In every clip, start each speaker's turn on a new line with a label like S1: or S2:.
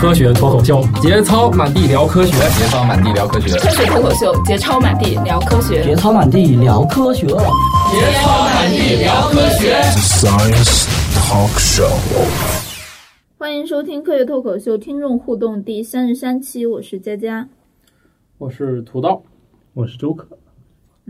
S1: 科学脱口秀，节操满地聊科学，
S2: 节操满地聊科学，
S3: 科学脱口秀，节操满地聊科学，
S4: 节操满地聊科学，
S5: 节操满地聊科学。
S6: Science Talk Show。
S7: 欢迎收听《科学脱口秀》听众互动第三十三期，我是佳佳，
S1: 我是土豆，
S8: 我是周可，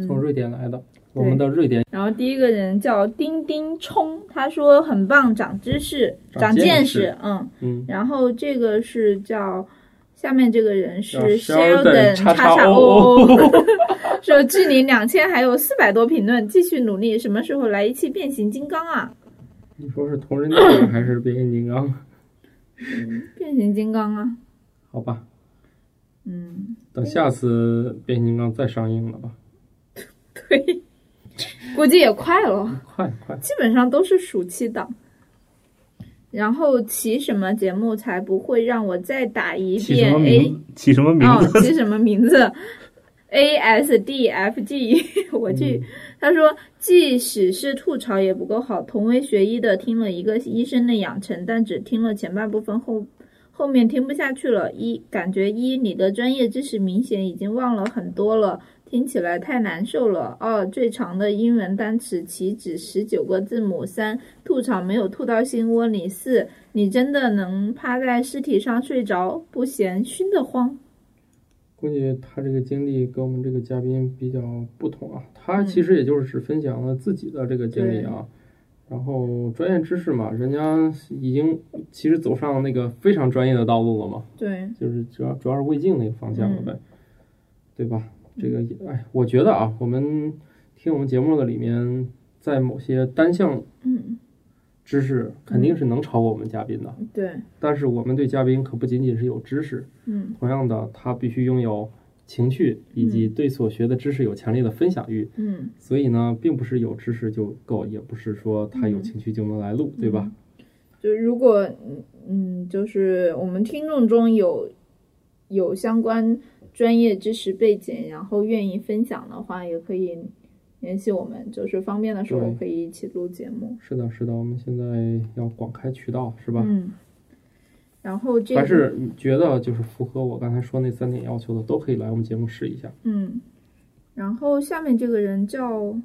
S1: 从瑞典来的，嗯、我们的瑞典。
S7: 然后第一个人叫丁丁冲，他说很棒，长知识，长见识，嗯嗯。然后这个是叫，下面这个人是 Sheldon 叉哦叉 O，说 距离两千还有四百多评论，继续努力，什么时候来一期变形金刚啊？
S1: 你说是同人电影还是变形金刚？
S7: 嗯、变形金刚啊，
S1: 好吧，
S7: 嗯，
S1: 等下次变形金刚再上映了吧？
S7: 对，估计也快了，
S1: 快快，
S7: 基本上都是暑期档。然后起什么节目才不会让我再打一遍 A？哦
S8: 起什么名字？
S7: 起什么名字？哦 A S D F G，我 去。嗯、他说，即使是吐槽也不够好。同为学医的，听了一个医生的养成，但只听了前半部分后，后面听不下去了。一感觉一你的专业知识明显已经忘了很多了，听起来太难受了。二最长的英文单词岂止十九个字母？三吐槽没有吐到心窝里。四你真的能趴在尸体上睡着，不嫌熏得慌？
S1: 估计他这个经历跟我们这个嘉宾比较不同啊，他其实也就是只分享了自己的这个经历啊，嗯、然后专业知识嘛，人家已经其实走上那个非常专业的道路了嘛，
S7: 对，
S1: 就是主要主要是胃镜那个方向了呗，
S7: 嗯、
S1: 对吧？这个哎，我觉得啊，我们听我们节目的里面，在某些单项
S7: 嗯
S1: 知识肯定是能超过我们嘉宾的，
S7: 嗯、对，
S1: 但是我们对嘉宾可不仅仅是有知识。
S7: 嗯，
S1: 同样的，他必须拥有情趣以及对所学的知识有强烈的分享欲。
S7: 嗯，
S1: 所以呢，并不是有知识就够，也不是说他有情趣就能来录，
S7: 嗯、
S1: 对吧？
S7: 就如果嗯，就是我们听众中有有相关专业知识背景，然后愿意分享的话，也可以联系我们，就是方便的时候可以一起录节目。
S1: 是的，是的，我们现在要广开渠道，是吧？
S7: 嗯。然后这
S1: 还是嗯觉得就是符合我刚才说那三点要求的，都可以来我们节目试一下。
S7: 嗯，然后下面这个人叫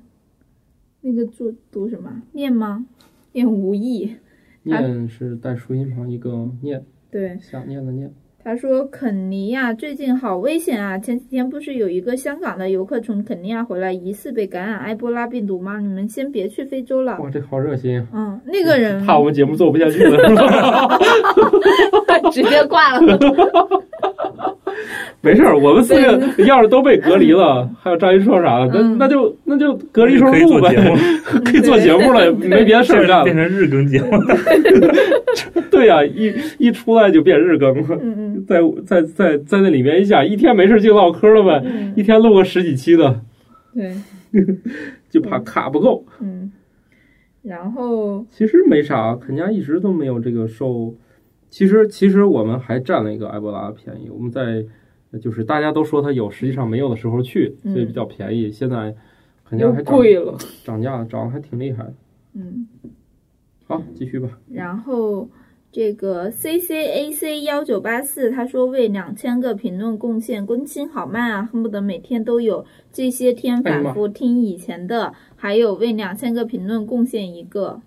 S7: 那个读读什么念吗？念无意。
S1: 念是带竖音旁一个念。
S7: 对。
S1: 想念的念。
S7: 他说：“肯尼亚最近好危险啊！前几天不是有一个香港的游客从肯尼亚回来，疑似被感染埃博拉病毒吗？你们先别去非洲了。”
S1: 哇，这好热心
S7: 啊！嗯，那个人
S1: 怕我们节目做不下去了，
S3: 直接挂 了。
S1: 没事儿，我们四个要是都被隔离了，还有张云硕啥的，那那就那就隔离时候录呗，可以做节目了，没别的事儿干了，
S8: 变成日更节目。
S1: 对呀，一一出来就变日更
S7: 嗯
S1: 了，在在在在那里面一下一天没事就唠嗑了呗，一天录个十几期的，
S7: 嗯对，
S1: 就怕卡不够。
S7: 嗯，然后
S1: 其实没啥，肯尼亚一直都没有这个受，其实其实我们还占了一个埃博拉的便宜，我们在。就是大家都说它有，实际上没有的时候去，所以比较便宜。
S7: 嗯、
S1: 现在肯定还
S7: 贵了，
S1: 涨价涨得还挺厉害。
S7: 嗯，
S1: 好，继续吧。
S7: 然后这个 C C A C 幺九八四他说为两千个评论贡献，更新好慢啊，恨不得每天都有。这些天反复听以前的，
S1: 哎、
S7: 还有为两千个评论贡献一个。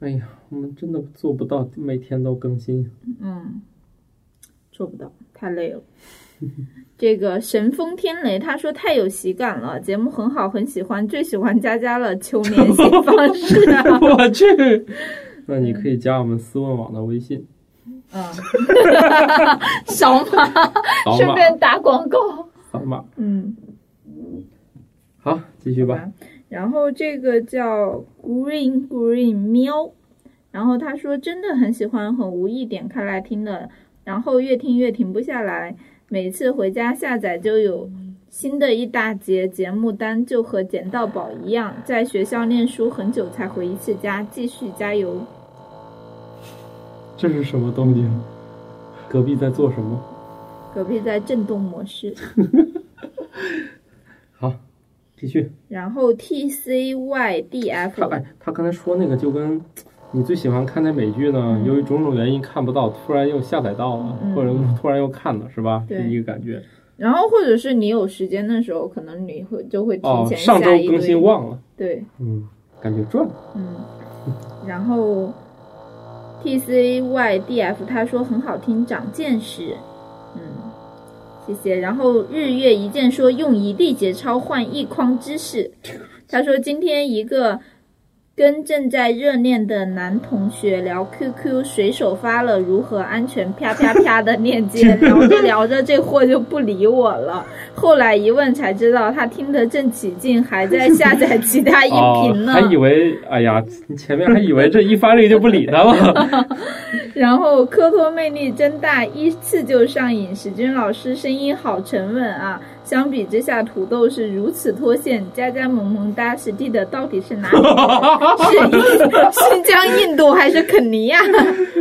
S1: 哎呀，我们真的做不到每天都更新。
S7: 嗯，做不到，太累了。这个神风天雷他说太有喜感了，节目很好，很喜欢，最喜欢佳佳了，求联系方式啊！
S1: 我去，那你可以加我们思问网的微信，
S7: 嗯，扫码，顺便打广告，
S1: 扫码，
S7: 嗯，
S1: 好，继续吧。
S7: 然后这个叫 Green Green 喵，然后他说真的很喜欢，很无意点开来听的，然后越听越停不下来。每次回家下载就有新的一大截节目单，就和捡到宝一样，在学校念书很久才回一次家，继续加油。
S1: 这是什么动静？隔壁在做什么？
S7: 隔壁在震动模式。
S1: 好，继续。
S7: 然后 T C Y D F，
S1: 他哎，他刚才说那个就跟你最喜欢看的美剧呢，
S7: 嗯
S1: 由于种种原因看不到，突然又下载到了，
S7: 嗯
S1: 或者突然又看了，是吧？
S7: 对
S1: 是一个感觉。
S7: 然后或者是你有时间的时候，可能你会就会提
S1: 哦，
S7: 前下
S1: 上
S7: 一
S1: 周
S7: 堆。
S1: 更新忘了，
S7: 对，
S1: 嗯，感觉赚了。
S7: 嗯，然后 T C Y D F 他说很好听，长见识，嗯，谢谢。然后日月一见说用一地节操换一筐知识，他说今天一个。跟正在热恋的男同学聊 QQ，随手发了如何安全啪啪啪的链接，聊着聊着这货就不理我了。后来一问才知道，他听得正起劲，还在下载其他音
S1: 哦
S7: 哎频，呢。
S1: 还以为，哎呀，你前面还以为这一发这个就不理他了。
S7: 然后科托魅力真大，一次就上瘾。史军老师声音好沉稳啊，相比之下，土豆是如此脱线。家家萌萌哒，史蒂的到底是哪里人？是新疆、印度还是肯尼亚？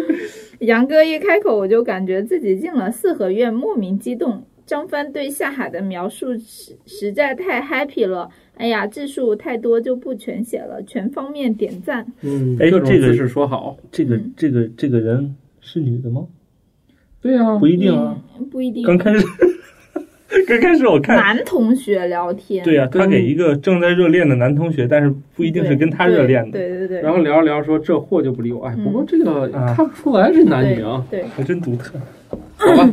S7: 杨哥一开口，我就感觉自己进了四合院，莫名激动。张帆对下海的描述实实在太 happy 了，哎呀，字数太多就不全写了，全方面点赞。
S1: 嗯，
S8: 哎
S1: 各种
S8: 这个
S1: 姿势说好。
S8: 这个
S7: 嗯
S8: 这个这个人是女的吗？
S1: 对呀、
S8: 不一定啊，
S7: 嗯，不一定。
S8: 刚开始 刚开始我看，
S7: 男同学聊天，
S8: 对呀，啊
S1: 跟
S8: 他给一个正在热恋的男同学，但是不一定是跟他热恋的，
S7: 对对对，
S1: 然后聊着聊着说这货就不理我，哎，
S7: 嗯
S1: 不过这个
S8: 啊
S1: 看不出来是男女啊，
S7: 对，对
S8: 还真独 特。
S1: 好吧，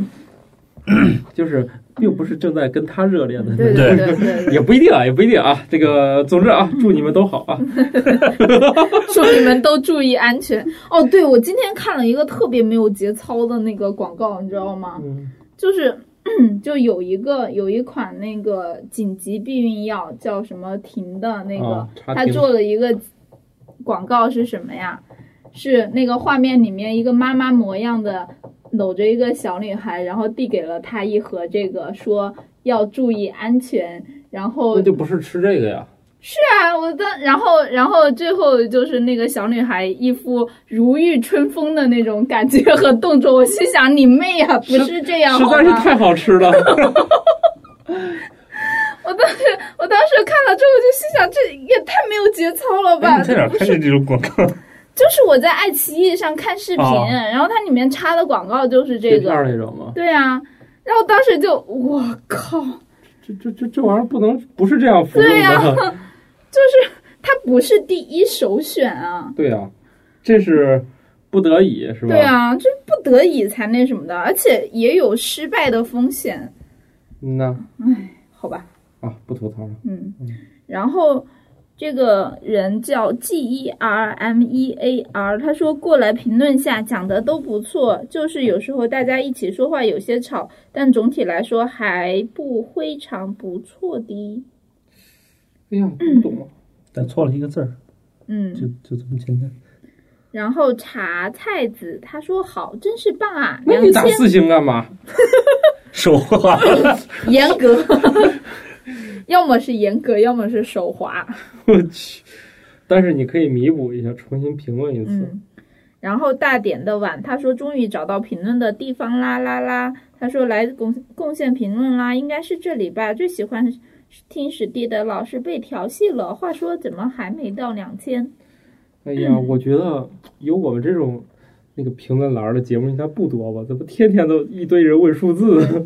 S1: 就是并不是正在跟他热恋的男
S7: 对
S1: 女，
S7: 对对对对，
S1: 也不一定啊，也不一定啊。这个总之啊，祝你们都好啊。
S7: 说你们都注意安全。哦，对，我今天看了一个特别没有节操的那个广告，你知道吗？
S1: 嗯，
S7: 就是。 就有一个有一款那个紧急避孕药叫什么婷的那个
S8: 哦
S1: 啊，查
S7: 他
S1: 停
S7: 做了一个广告是什么呀？是那个画面里面一个妈妈模样的搂着一个小女孩，然后递给了她一盒这个，说要注意安全。然后
S1: 那就不是吃这个呀。
S7: 啊，我当然后然后最后就是那个小女孩一副如沐春风的那种感觉和动作，我心想你妹呀、不是这样
S1: 实
S7: 好
S1: 在是
S7: 吗？
S1: 太好吃了，
S7: 我当时我当时看了之后就心想，这也太没有节操了
S8: 哎，
S7: 吧！
S8: 你在哪儿
S7: 这不
S8: 看
S7: 是
S8: 见这种广告？
S7: 就是我在爱奇艺上看视频，
S8: 哦
S1: 啊
S7: 然后它里面插的广告就是这
S1: 切片儿
S7: 个，
S1: 那种吗？
S7: 对啊。然后当时就我靠，
S1: 这这这这玩意儿不能不是这样服用
S7: 对
S1: 的。啊
S7: 就是它不是第一首选啊。
S1: 对呀、这是不得已是吧？
S7: 对啊，这不得已才那什么的，而且也有失败的风险，
S1: 嗯呐
S7: 好吧？
S1: 啊，不吐槽了。
S7: 嗯，然后这个人叫 G E R M E A R，他说过来评论下，讲的都不错，就是有时候大家一起说话有些吵，但总体来说还不非常不错的。
S1: 哎呀，不懂啊。
S8: 但错了一个字儿，就
S7: 嗯，
S8: 就这么简单。
S7: 然后茶菜子他说好，真是棒啊！
S1: 那
S7: 两
S1: 你打
S7: 千
S1: 四星干嘛？
S8: 手滑，
S7: 严格， 要么是严格，要么是手滑。
S1: 我去！但是你可以弥补一下，重新评论一次。
S7: 嗯，然后大点的碗，他说终于找到评论的地方啦啦啦，他说来贡贡献评论啦，应该是这里吧。最喜欢听史蒂的老师被调戏了，话说怎么还没到两千？
S1: 哎 呀，我觉得有我们这种那个评论栏儿的节目应该不多吧？怎么天天都一堆人问数字？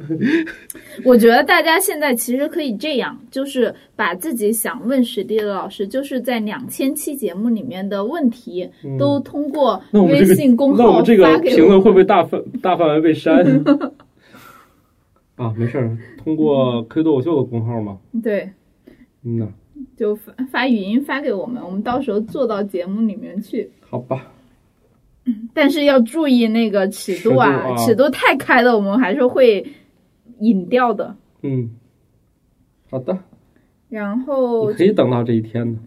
S7: 我觉得大家现在其实可以这样，就是把自己想问史蒂的老师，就是在两千期节目里面的问题，
S1: 嗯
S7: 都通过
S1: 那我们
S7: 微
S1: 这个
S7: 信公
S1: 那我
S7: 号
S1: 们这
S7: 发
S1: 个
S7: 给
S1: 评论会不会大范大范围被 删？啊，没事儿，通
S7: 嗯
S1: 过 Q 脱口秀的公号嘛。
S7: 对。
S1: 嗯呐，
S7: 就发发语音发给我们，我们到时候做到节目里面去。
S1: 好吧，
S7: 但是要注意那个尺度啊，
S1: 尺
S7: 尺
S1: 度
S7: 度太开了，我们还是会引掉的。
S1: 嗯，好的，
S7: 然
S1: 你
S7: 后，
S1: 可以等到这一天的。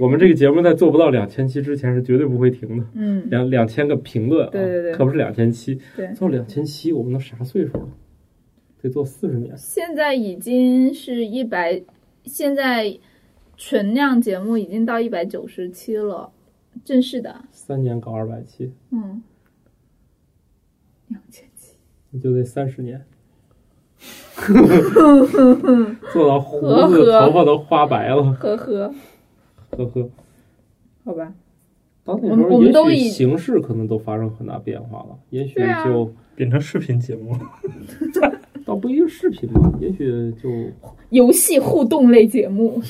S1: 我们这个节目在做不到两千期之前是绝对不会停的。
S7: 嗯，
S1: 两两千个评论啊，
S7: 对对对
S1: 可不是两千七，
S7: 对
S1: 做两千七我们都啥岁数了？得做四十年。
S7: 现在已经是一百，现在存量节目已经到一百九十期了，正式的，
S1: 三年搞二百期，
S7: 嗯，两千期，
S1: 你就得三十年，做到胡子
S7: 呵呵
S1: 头发都花白了，
S7: 呵呵，
S1: 呵呵。
S7: 好吧，
S1: 到那
S3: 我
S1: 时
S3: 们
S1: 候
S3: 我们都
S1: 也许
S3: 已
S1: 形式可能都发生很大变化了，也许
S7: 对啊
S1: 就
S8: 变成视频节目，
S1: 倒不一定视频吧，也许就
S7: 游戏互动类节目，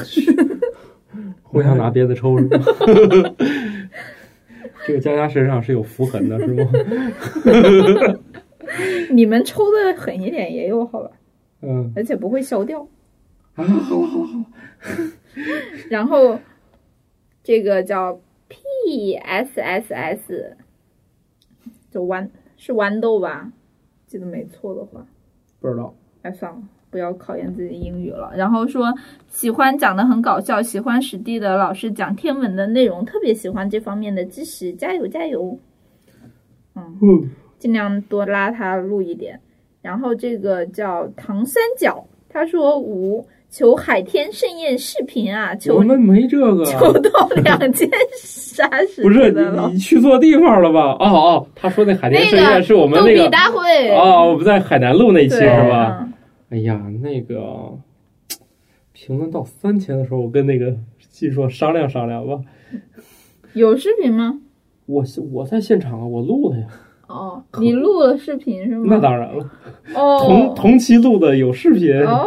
S1: 互相拿鞭子抽是吧？ 这个佳佳身上是有符痕的，是吗？
S7: 你们抽的狠一点也有好吧，
S1: 嗯，
S7: 而且不会消掉。然后这个叫 PSSS，就豌是豌豆吧，记得没错的话。
S1: 不知道。
S7: 哎，算了，不要考验自己英语了。然后说喜欢讲的很搞笑，喜欢史蒂的老师讲天文的内容，特别喜欢这方面的知识，加油加油！嗯
S1: 嗯，
S7: 尽量多拉他录一点。然后这个叫唐三角，他说五求海天盛宴视频啊，
S1: 我
S7: 求
S1: 们没这个 啊，
S7: 求到两件啥 史
S1: 不是
S7: 蒂的老
S1: 你你去错地方了吧？哦哦，他说那海淀盛宴是我们
S3: 逗
S1: 那
S3: 比
S1: 个
S3: 大会，
S1: 哦，我们在海南路那期
S7: 对
S1: 是吧？
S7: 嗯
S1: 哎呀，那个评论到三千的时候，我跟那个技硕商量商量吧。
S7: 有视频吗？
S1: 我我在现场啊，我录了呀，
S7: 哦，你录了视频是吗？
S1: 那当然了，同
S7: 嗯哦
S1: 同期录的有视频。
S7: 哦，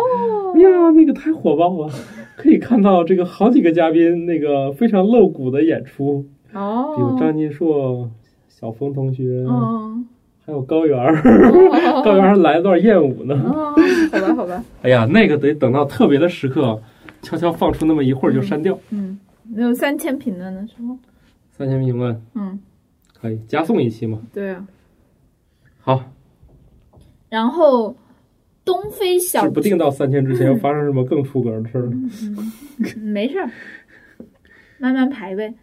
S1: 哎呀，那个太火爆了，可以看到这个好几个嘉宾那个非常露骨的演出，
S7: 哦，
S1: 比如张金硕、小峰同学，
S7: 哦，
S1: 还有高原儿。
S7: 哦
S1: 高原还来了段艳舞呢。
S7: 哦，好吧，好吧，
S1: 哎呀，那个得等到特别的时刻，悄悄放出那么一会儿就删掉。
S7: 嗯，有三千评论的时候，
S1: 三千评论
S7: 嗯，
S1: 可以加送一期嘛？
S7: 对啊。
S1: 好，
S7: 然后东非小
S1: 指不定到三千之前发生什么更出格的事儿呢。
S7: 没事儿，慢慢排呗。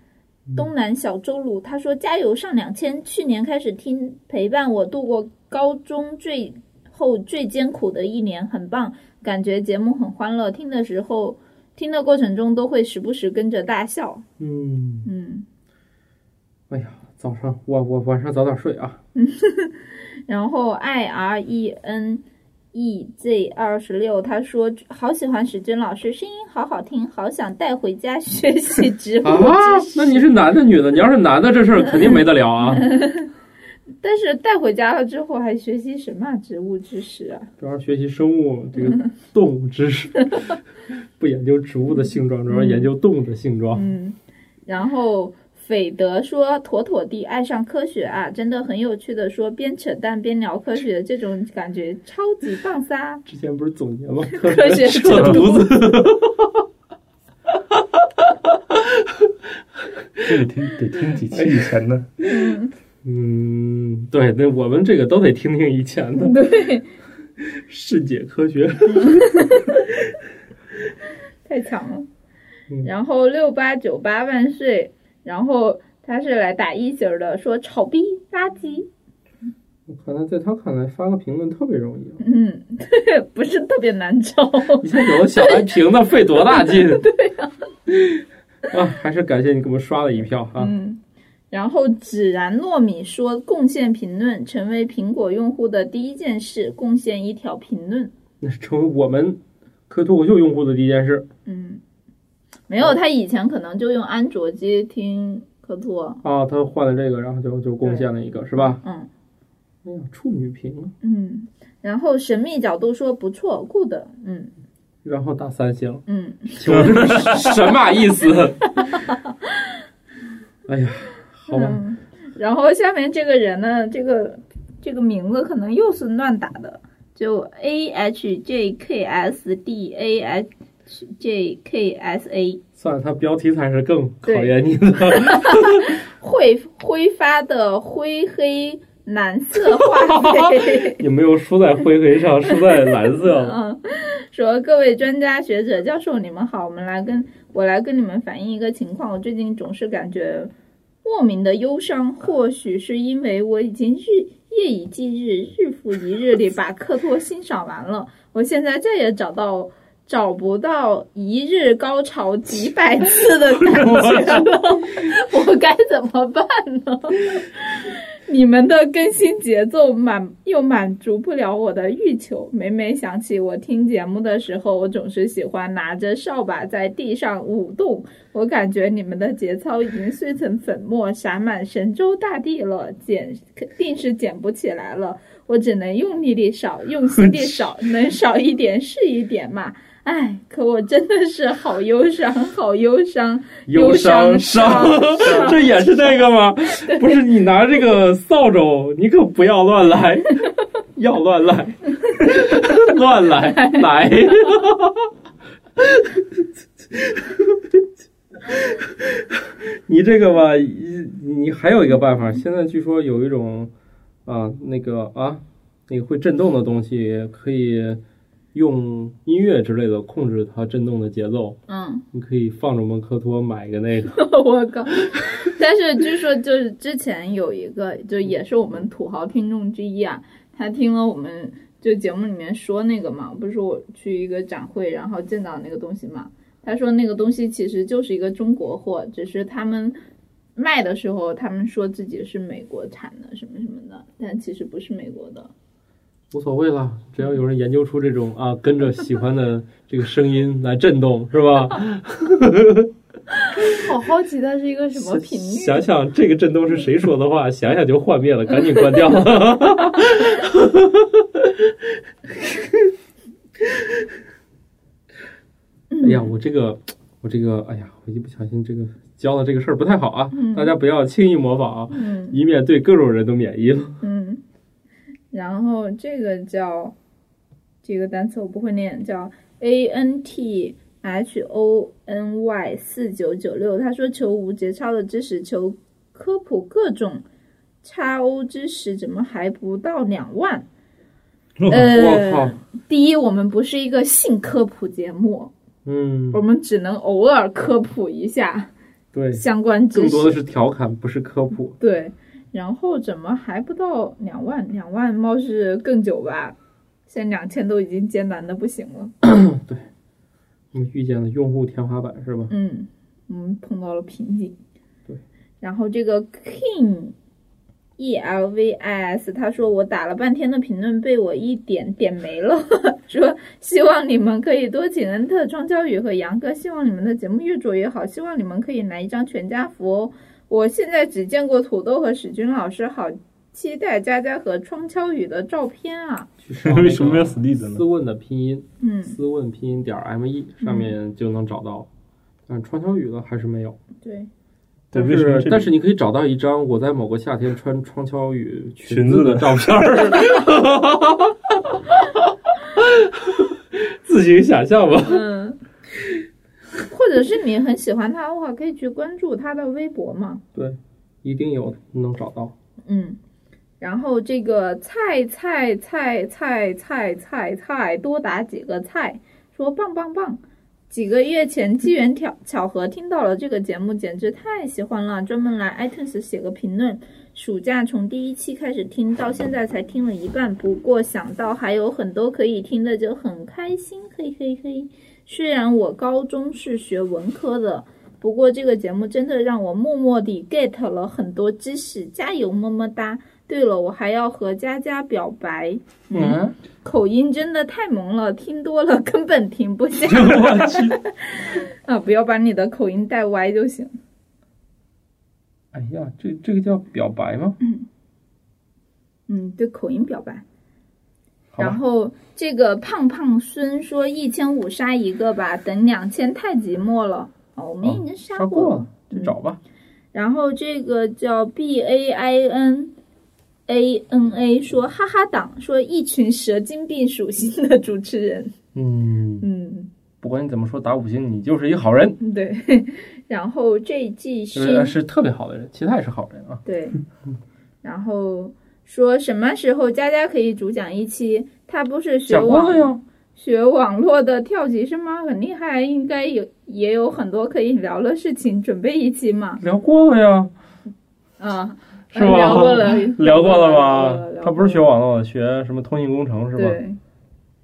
S7: 东南小周鲁他说：“加油上两千！去年开始听，陪伴我度过高中最后最艰苦的一年，很棒，感觉节目很欢乐。听的时候，听的过程中都会时不时跟着大笑。
S1: 嗯，
S7: 嗯，
S1: 哎呀，早上我我晚上早点睡啊。
S7: 然后 I R E N E Z 二十六，他说好喜欢史军老师，声音好好听，好想带回家学习植物
S1: 啊
S7: 知，识。
S1: 那你是男的女的？你要是男的，这事儿肯定没得聊 啊。
S7: 但是带回家了之后还学习什么植物知识啊？
S1: 主要是学习生物这个动物知识， 不研究植物的性状，主要研究动物的性状。
S7: 嗯，然后。斐德说：“妥妥地爱上科学啊，真的很有趣的说，边扯淡边聊科学，这种感觉超级棒撒。
S1: 之前不是总结吗？
S7: 科学
S1: 扯
S7: 扯
S1: 犊子。
S8: 这得听得听几期以前的，
S1: 嗯，对，那我们这个都得听听以前的，
S7: 对，
S1: 世界科学。
S7: 太强了。
S1: 嗯
S7: 然后六八九八万岁，然后他是来打一星儿的，说炒逼垃圾，
S1: 我看来，在他看来，发个评论特别容易、啊。
S7: 嗯， 对，不是特别难找。
S1: 你看，有的小白瓶子费多大 劲？对呀、啊，还是感谢你给我们刷了一票啊！
S7: 嗯，然后芷然糯米说贡献评论，成为苹果用户的第一件事，贡献一条评论。
S1: 那成为我们科学脱口秀用户的第一件事
S7: 嗯，没有，他以前可能就用安卓机听科拓。
S1: 啊。他换了这个，然后就就贡献了一个，是吧？
S7: 嗯
S1: 哎呀，处女屏啊，
S7: 嗯，然后神秘角度说不错，good，嗯
S1: 然后打三星，
S7: 嗯。
S1: 请问这是什么意 思？哎呀，好吧。
S7: 嗯，然后下面这个人呢，这个这个名字可能又是乱打的，就 A H J K S D A H J K S A
S1: 算了，它标题才是更考
S7: 对
S1: 验你的。
S7: 会挥发的灰黑蓝色化 肥。
S1: 也没有输在灰黑上，输在蓝色。
S7: 嗯，说各位专家学者教授，你们好，我们来跟我来跟你们反映一个情况，我最近总是感觉莫名的忧伤，或许是因为我已经日夜以继日、日复一日地把课托欣赏完了，我现在再也找到。找不到一日高潮几百次的感觉了，我该怎么办呢？你们的更新节奏满又满足不了我的欲求。每每想起我听节目的时候，我总是喜欢拿着扫把在地上舞动。我感觉你们的节操已经碎成粉末，洒满神州大地了，捡肯定是捡不起来了。我只能用力地扫，用心地扫，能少一点是一点嘛。唉，可我真的是好忧伤，好忧伤，
S8: 忧
S7: 伤
S8: 伤，这也是这个吗？不是，你拿这个扫帚，你可不要乱来， 要 乱来，乱来 来。
S1: 你这个吧，一你还有一个办法，现在据说有一种啊，那个啊，那个会震动的东西，可以用音乐之类的控制它震动的节奏。
S7: 嗯，
S1: 你可以放着蒙科托买一个那个，
S7: 我靠！但是据说就是之前有一个，就也是我们土豪听众之一啊，他听了我们就节目里面说那个嘛，不是我去一个展会，然后见到那个东西嘛，他说那个东西其实就是一个中国货，只是他们卖的时候他们说自己是美国产的什么什么的，但其实不是美国的。
S1: 无所谓啦，只要有人研究出这种啊，跟着喜欢的这个声音来震动，是吧？
S7: 好好奇它是一个什么频率？
S1: 想想这个震动是谁说的话，想想就幻灭了，赶紧关掉。哎呀，我这个，我这个，哎呀，我一不小心这个教的这个事儿不太好啊，大家不要轻易模仿啊，
S7: 嗯
S1: 以免对各种人都免疫了。
S7: 嗯，然后这个叫这个单词我不会念，叫 A N T H O N Y 四九九六。他说求无节操的知识，求科普各种叉 O 知识，怎么还不到两万？
S1: 我靠
S7: 呃，，第一，我们不是一个性科普节目，
S1: 嗯
S7: 我，们只能偶尔科普一下
S1: 对，
S7: 相关知
S1: 更
S7: 识。
S1: 多的是调侃，不是科普。
S7: 对，然后怎么还不到两万？两万貌似更久吧，现在两千都已经艰难的不行了。
S1: 我们遇见了用户天花板是吧？
S7: 嗯，我们碰到了瓶颈。
S1: 对，
S7: 然后这个 King。E L V I S，他说我打了半天的评论被我一点点没了， 说希望你们可以多请恩特创教育和杨哥，希望你们的节目越做越好，希望你们可以来一张全家福哦。我现在只见过土豆和史军老师，好期待佳佳和窗敲雨的照片啊！
S1: 去上
S8: 为什么要
S1: 那个
S8: Steed 呢
S1: 思问的拼音，
S7: 嗯，
S1: 思问拼音点儿 m e 上面就能找到。但川小雨的还是没有，
S7: 对，
S8: 对，
S1: 但
S8: 为什么
S1: 是
S8: 这
S1: 但是你可以找到一张我在某个夏天穿川小雨
S8: 裙
S1: 子
S8: 子的
S1: 照
S8: 照片 儿？ 自行想象吧。
S7: 嗯，或者是你很喜欢他的话，可以去关注他的微博嘛。
S1: 对，一定有能找到。
S7: 嗯，然后这个菜菜菜菜菜菜菜多打几个菜，说棒棒棒。几个月前机缘巧巧合听到了这个节目，简直太喜欢了，专门来 iTunes 写个评论。暑假从第一期开始听到现在才听了一半，不过想到还有很多可以听的，就很开心，嘿嘿嘿。虽然我高中是学文科的，不过这个节目真的让我默默地 get 了很多知识，加油么么哒！对了，我还要和佳佳表白，
S8: 嗯，
S7: 口音真的太萌了，听多了根本停不下
S8: 我去，
S7: 啊！不要把你的口音带歪就行。
S1: 哎呀，这这个叫表白吗？
S7: 嗯，对口音表白。
S1: 好吧
S7: 然后这个胖胖孙说一千五杀一个吧，等两千太寂寞了。哦，我们已经杀
S1: 刷
S7: 过嗯
S1: 过了，去找吧。
S7: 然后这个叫 B A I N A N A 说哈哈党说一群蛇精病属性的主持人，
S1: 嗯，
S7: 嗯，
S1: 不管你怎么说，打五星，你就是一好人，
S7: 对。 然后这季
S1: 就是是是特别好的人，其他也是好人啊。
S7: 对，然后说什么时候佳佳可以主讲一期？他不是学
S1: 讲过了
S7: 网
S1: 呀，
S7: 学网络的跳级是吗？很厉害，应该有也有很多可以聊的事情，准备一期嘛？
S1: 聊过了呀，
S7: 啊，
S8: 是吧
S7: 聊 过了，
S8: 聊过了
S7: 吧？
S1: 吧？
S7: 聊过了
S1: 他不是学网络的，学什么通信工程是吧？
S7: 对，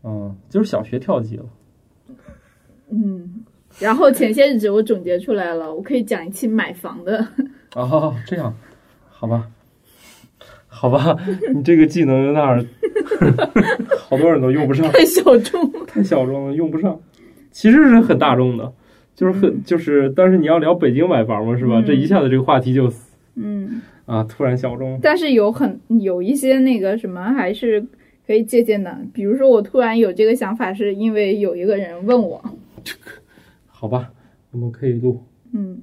S1: 嗯，就是小学跳级了。
S7: 嗯。然后前些日子我总结出来了，我可以讲一期买房的。
S1: 哦，这样，好吧。好吧， 你这个技能有点儿， 好多人都用不上，
S7: 太 小众。
S1: 太小众了，用不上。其实是很大众的，就是很就是，但是你要聊北京买房嘛，是吧？
S7: 嗯
S1: 这一下子这个话题就
S7: 嗯，
S1: 啊，突然小众。
S7: 但是有很有一些那个什么还是可以借鉴的，比如说我突然有这个想法，是因为有一个人问我，
S1: 好吧，我们可以录。
S7: 嗯，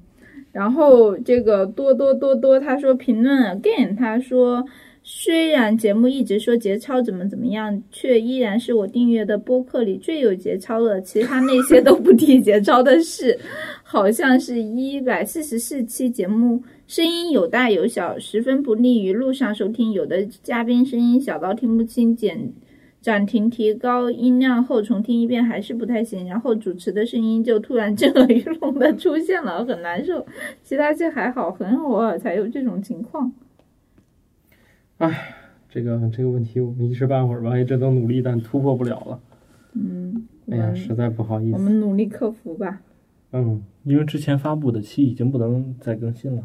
S7: 然后这个多多多多他说评论 again，他说虽然节目一直说节操怎么怎么样，却依然是我订阅的播客里最有节操的，其他那些都不提节操的事，好像是一百四十四期节目。声音有大有小，十分不利于路上收听。有的嘉宾声音小到听不清，简暂停提高音量后重听一遍还是不太行，然后主持的声音就突然震 耳欲聋的出现了，很难受。其他期还好，很偶尔才有这种情况。
S1: 这个这个问题，我们一时半会儿吧，一直都努力，但突破不了了。
S7: 嗯，
S1: 哎呀，
S7: 嗯
S1: 实在不好意
S7: 我
S1: 思。
S7: 们努力克服吧。
S1: 嗯，
S8: 因为之前发布的期已经不能再更新了。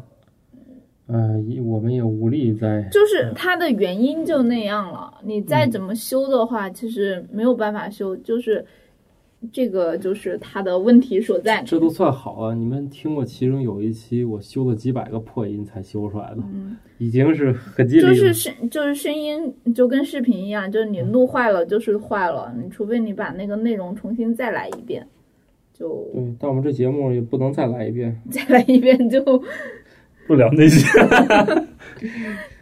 S1: 呃，我们也无力再
S7: 就是它的原因就那样了，你再怎么修的话，其实没有办法修，就是这个就是它的问题所在。
S1: 这都算好了。你们听过其中有一期我修了几百个破音才修出来的，
S7: 嗯
S1: 已经是很尽力了。
S7: 就是声就是声音就跟视频一样，就是你录坏了就是坏了，你除非你把那个内容重新再来一遍，就
S1: 对，但我们这节目也不能再来一遍。
S7: 再来一遍就
S8: 不聊那些，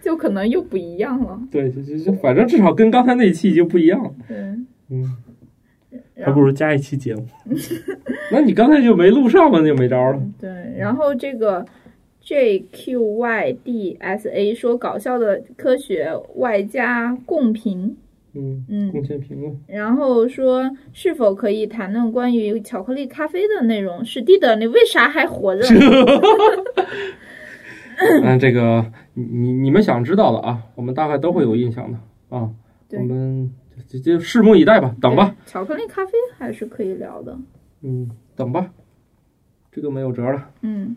S7: 就可能又不一样了。
S1: 对，就就就反正至少跟刚才那一期已经不一样了。
S7: 嗯，
S1: 嗯，
S8: 还不如加一期节目。
S1: 那你刚才就没录上嘛，那就没招了。
S7: 对，然后这个 J Q Y D S A 说搞笑的科学外加共频，
S1: 嗯，
S7: 嗯，
S1: 贡献评论。
S7: 然后说是否可以谈论关于巧克力咖啡的内容？史蒂德，你为啥还活着？
S1: 嗯，这个你你你们想知道的啊，我们大概都会有印象的啊。
S7: 对
S1: 我们就就就拭目以待吧，等吧，
S7: 对，巧克力咖啡还是可以聊的。
S1: 嗯，等吧，这个没有辙了。
S7: 嗯，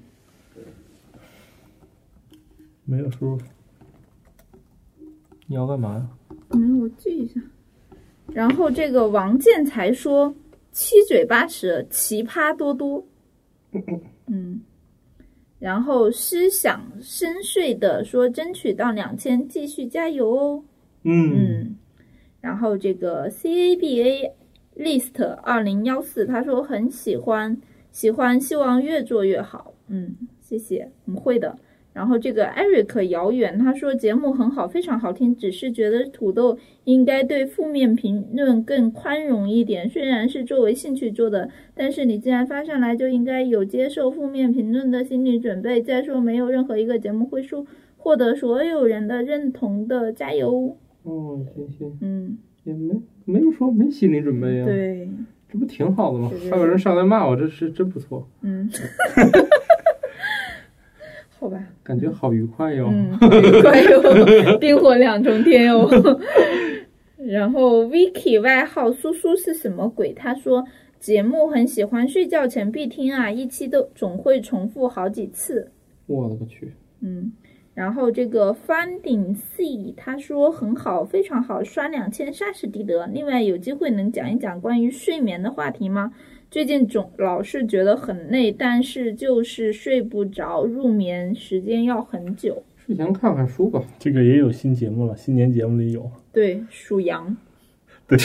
S8: 没有叔，你要干嘛呀？
S7: 没有，我记一下。然后这个王建才说七嘴八舌，奇葩多多。嗯，然后思想深邃的说，争取到两千，继续加油哦。
S1: 嗯，
S7: 嗯，然后这个 CABA List 二零幺四，他说很喜欢，喜欢，希望越做越好。嗯，谢谢，我们会的。然后这个 Eric 遥远，他说节目很好，非常好听，只是觉得土豆应该对负面评论更宽容一点。虽然是作为兴趣做的，但是你既然发上来，就应该有接受负面评论的心理准备。再说，没有任何一个节目会受获得所有人的认同的。加油！
S1: 哦，行行，
S7: 嗯，
S1: 也没没有说没心理准备啊，
S7: 对，
S1: 这不挺好的吗
S7: 对对？对
S1: 还有人上来骂我，这是真不错，
S7: 嗯，好吧，
S1: 感觉好愉快哟。
S7: 嗯，愉快哟，冰火 两重天哟。 然后 Vicky 外号苏苏是什么鬼？他说节目很喜欢，睡觉前必听啊，一期都总会重复好几次。
S1: 我勒个去！
S7: 嗯，然后这个 Funding C 他说很好，非常好，刷两千杀死敌德。另外有机会能讲一讲关于睡眠的话题吗？最近总老是觉得很累，但是就是睡不着，入眠时间要很久。
S1: 睡前看看书吧。
S8: 这个也有新节目了，新年节目里有。
S7: 对，属羊。
S8: 对，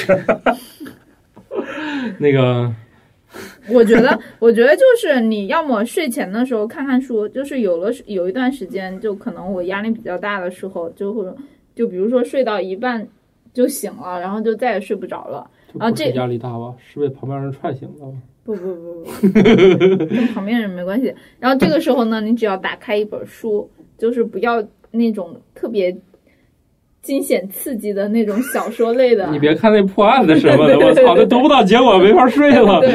S1: 那个，
S7: 我觉得，我觉得就是你要么睡前的时候看看书，就是有了有一段时间，就可能我压力比较大的时候，就会就比如说睡到一半就醒了，然后就再也睡不着了。
S1: 这
S7: 啊
S1: 不
S7: 这
S1: 是压力大吧？是被旁边人踹醒了吧？
S7: 不不不不， 跟旁边人没关系。然后这个时候呢，你只要打开一本书，就是不要那种特别惊险刺激的那种小说类的，
S1: 你别看那破案的什么的，我操，那得不到结果没法睡了。
S7: 对，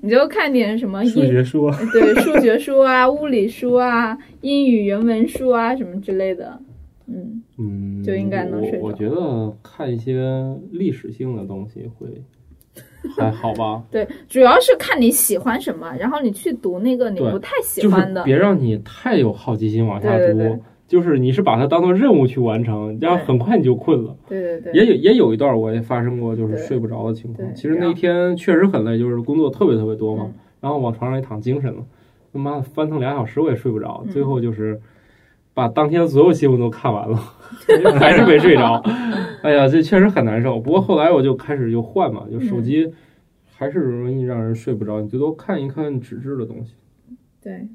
S7: 你就看点什么
S8: 数
S7: 英
S8: 学说，
S7: 对数学书啊、物理书啊、英语原文书啊什么之类的。嗯，
S1: 嗯，
S7: 就应该能睡着
S1: 我我觉得看一些历史性的东西 会还好吧，
S7: 对，主要是看你喜欢什么，然后你去读那个你
S1: 对
S7: 不太喜
S1: 就是
S7: 欢的。
S1: 别让你太有好奇心往下
S7: 对
S1: 读，
S7: 对对
S1: 就是你是把它当做任务去完成，然后很快你就困了。
S7: 对对
S1: 也
S7: 对，
S1: 有也有一段我也发生过，就是
S7: 对
S1: 睡不着的情况。
S7: 对嗯
S1: 其实那一天确实很累，就是工作特别特别多嘛，然后往床上一躺，精神了，他妈的翻腾俩小时我也睡不着，
S7: 嗯
S1: 最后就是把当天所有新闻都看完了， 还是没睡着。哎呀，这确实很难受。不过后来我就开始就换嘛，就手
S7: 嗯
S1: 机还是容易让人睡不着，你最多看一看纸质的东西。
S7: 对，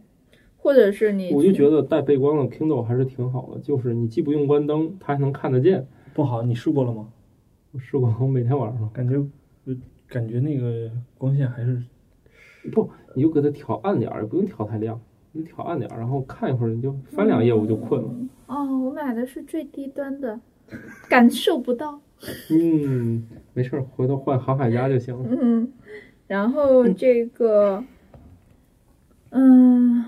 S7: 或者是你
S1: 我就
S7: 得
S1: 觉得带背光的 Kindle 还是挺好的，就是你既不用关灯，它还能看得见。
S8: 不好，你试过了吗？
S1: 我试过，我每天晚上
S8: 感觉，呃感觉那个光线还是
S1: 你就给它调暗点儿，也不用调太亮，你调暗点儿，然后看一会儿，你就翻两页我就困了。
S7: 哦，我买的是最低端的，感受不到。
S1: 嗯，没事儿，回头换航海家就行了。
S7: 嗯，然后这个，嗯，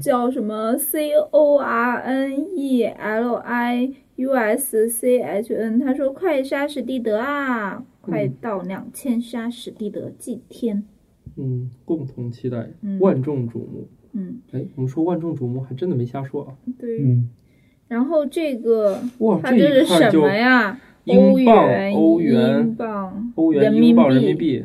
S7: 叫什么 C O R N E L I U S C H N，他说快杀史蒂德啊，快到两千杀史蒂德祭天。
S1: 嗯，共同期待
S7: 嗯，
S1: 万众瞩目。
S7: 嗯，
S1: 哎，我们说万众瞩目，还真的没瞎说啊。
S7: 对。
S8: 嗯，
S7: 然后这个
S1: 哇，
S7: 他
S1: 嗯这一
S7: 什
S1: 看就
S7: 么呀？欧
S1: 英镑、
S7: 元、
S1: 欧元
S7: 英、镑、
S1: 欧元、英镑、人民币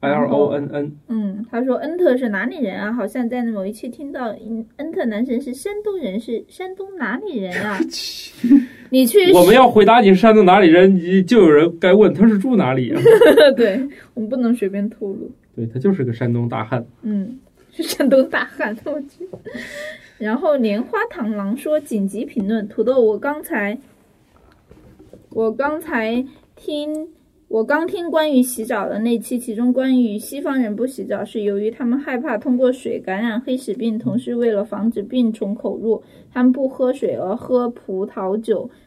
S1: ，L O N N。
S7: 嗯，他说恩特是哪里人啊？好像在某一期听到嗯恩特男神是山东人，是山东哪里人 啊？你去
S1: 我们要回答你是山东哪里人，你就有人该问他是住哪里啊？
S7: 对，我们不能随便透露。
S1: 对他就是个山东大汉。
S7: 嗯，是山东大汉，我去。然后莲花螳螂说紧急评论土豆，我刚才我刚才听我刚听关于洗澡的那期，其中关于西方人不洗澡是由于他们害怕通过水感染黑死病，同时为了防止病从口入，他们不喝水而喝葡萄酒。（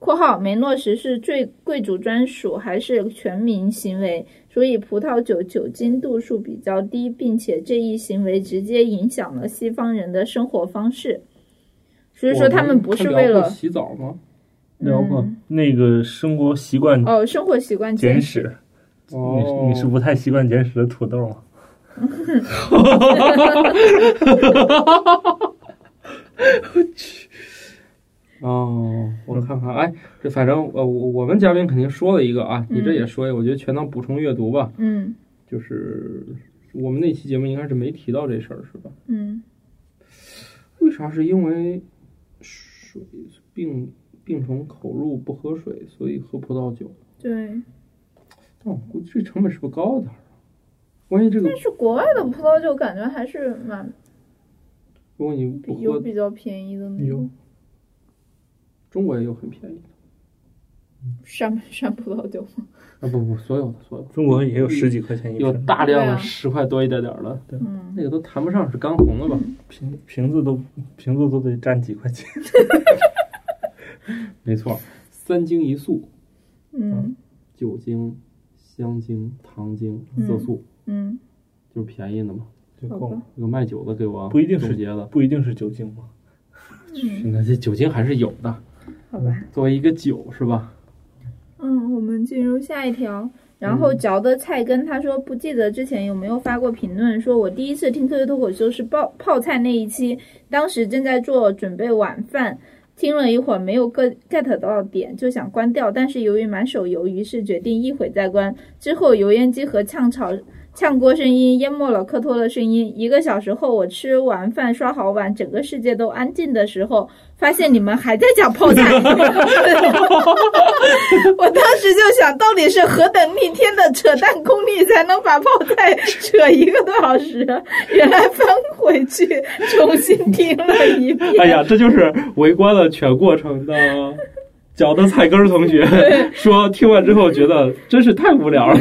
S7: 括号梅诺什是最贵族专属还是全民行为？所以葡萄酒酒精度数比较低，并且这一行为直接影响了西方人的生活方式。所以说他们不是为
S1: 哦我们
S7: 了
S1: 洗澡吗？
S8: 聊过
S7: 嗯
S8: 那个生活习惯
S7: 哦生活习惯
S8: 简
S7: 简史。
S8: 史，你是你是不太习惯简史的土豆啊吗？
S1: 哦，我看
S8: 嗯
S1: 看，哎，这反正呃，我我们嘉宾肯定说了一个啊，
S7: 嗯
S1: 你这也说一个，我觉得全当补充阅读吧。
S7: 嗯
S1: 就是我们那期节目应该是没提到这事儿，是吧？
S7: 嗯
S1: 为啥是因为水病病从口入不喝水，所以喝葡萄酒？
S7: 对，
S1: 但我估计这成本是不是高点儿啊？万一这个
S7: 但是国外的葡萄酒感觉还是蛮
S1: 如果你不
S7: 有
S1: 喝，
S7: 比较便宜的那
S8: 有
S7: 种
S1: 中国也有很便宜的
S7: 山山葡萄酒嘛。
S1: 啊！不不，所有的所有的
S8: 中国也有十几块钱一
S1: 有
S8: 瓶，
S1: 大量
S7: 对啊
S1: 的十块多一点点儿的，
S7: 嗯，
S1: 那个都谈不上是刚红了吧？
S8: 嗯瓶瓶子都瓶子都得占几块钱。
S1: 没错，三精一素，
S7: 嗯
S1: 酒精、香精、糖精、色素，
S7: 嗯，
S1: 就是便宜的嘛。
S8: 就
S7: 好
S8: 够了
S7: 吧，
S1: 有卖酒的给我
S8: 不一定是
S1: 总结的，
S8: 不一定是酒精嘛。
S1: 那这酒精还是有的。
S7: 好吧。
S1: 作为一个酒是吧？
S7: 嗯，我们进入下一条。然后嚼的菜根他说不记得之前有没有发过评论，说我第一次听科学脱口秀是泡泡菜那一期，当时正在做准备晚饭，听了一会儿没有 get get 到点，就想关掉，但是由于满手油，于是决定一会再关。之后油烟机和炝炒炝锅声音淹没了科托的声音。一个小时后，我吃完饭刷好碗，整个世界都安静的时候，发现你们还在讲 泡菜。我当时就想，到底是何等逆天的扯淡功力，才能把泡菜扯一个多小时？原来翻回去重新听了一遍。
S1: 哎呀，这就是围观了全过程的嚼的菜根儿同学说，听完之后觉得真是太无聊 了。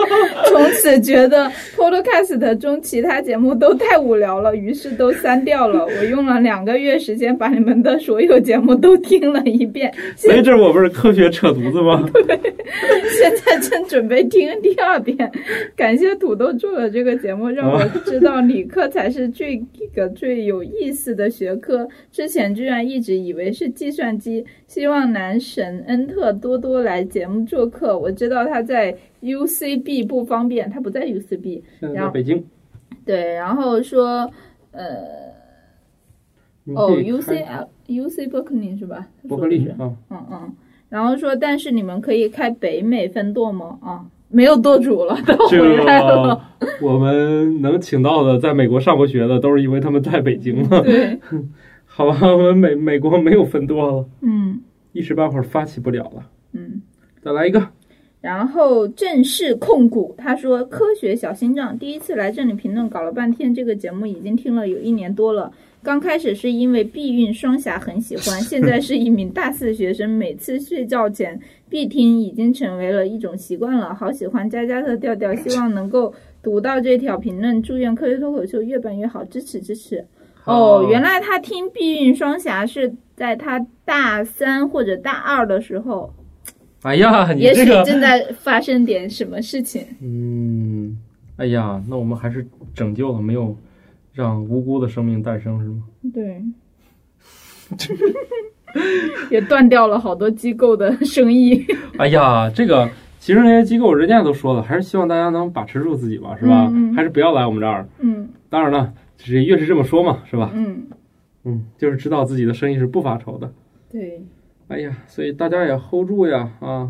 S7: 从此觉得 Podcast 中其他节目都太无聊了，于是都删掉了。我用了两个月时间把你们的所有节目都听了一遍，
S1: 所以这我不是科学扯犊子吗？
S7: 现在正准备听第二遍。感谢土豆做了这个节目，让我知道理科才是最一个最有意思的学科。之前居然一直以为是计算机。希望男神恩特多多来节目做客。我知道他在 UCB 不方便，他不在 UCB。
S1: 现在
S7: 然
S1: 在
S7: 后
S1: 北京，
S7: 对，然后说，呃，
S8: 你
S7: 哦
S8: 可以
S7: ，U C
S8: 开
S7: L U C Berkeley 是吧？
S8: 伯克利
S7: 是，
S8: 啊，
S7: 嗯嗯。然后说，但是你们可以开北美分舵吗？啊，没有舵主了，都
S1: 这
S7: 回来了。
S1: 个我们能请到的，在美国上过学的，都是因为他们在北京了。
S7: 对，
S1: 好吧，我们美美国没有分舵了，
S7: 嗯
S1: 一时半会儿发起不了了。
S7: 嗯。
S1: 再来一个，
S7: 然后正式控股，他说：“科学小心脏第一次来这里评论，搞了半天，这个节目已经听了有一年多了。刚开始是因为避孕双侠很喜欢， 现在是一名大四学生，每次睡觉前必听，已经成为了一种习惯了。好喜欢佳佳的调调，希望能够读到这条评论。祝愿科学脱口秀越办越好，支持支持。”哦，原来他听避孕双侠是在他大三或者大二的时候。
S1: 哎呀，你
S7: 也许
S1: 这个，
S7: 正在发生点什么事情。
S1: 嗯，哎呀，那我们还是拯救了，没有让无辜的生命诞生，是吗？
S7: 对，也断掉了好多机构的生意，
S1: 哎呀，这个其实那些机构人家都说了，还是希望大家能把持住自己吧，是吧？
S7: 嗯嗯
S1: 还是不要来我们这儿。
S7: 嗯
S1: 当然了，是越是这么说嘛，是吧？
S7: 嗯，
S1: 嗯，就是知道自己的生意是不发愁的。
S7: 对，
S1: 哎呀，所以大家也 hold 住呀啊！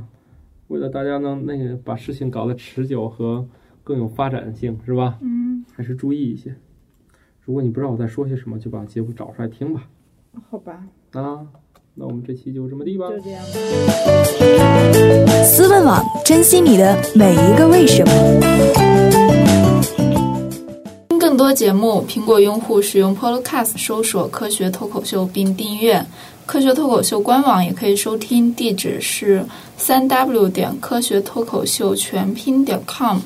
S1: 为了大家能那个把事情搞得持久和更有发展性，是吧？
S7: 嗯，
S1: 还是注意一些。如果你不知道我在说些什么，就把节目找出来听吧。
S7: 好吧，
S1: 啊，那我们这期就这么地吧。
S7: 就这样吧。
S9: 思问网，珍惜你的每一个为什么。
S10: 听更多节目，苹果用户使用 Podcast 搜索“科学脱口秀”并订阅。科学脱口秀官网也可以收听，地址是三 w 点科学脱口秀全拼点 com。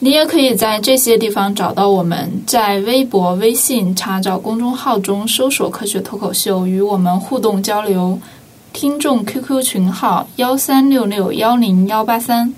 S10: 你也可以在这些地方找到我们，在微博、微信查找公众号中搜索“科学脱口秀”，与我们互动交流。听众 QQ 群号：幺三六六幺零幺八三。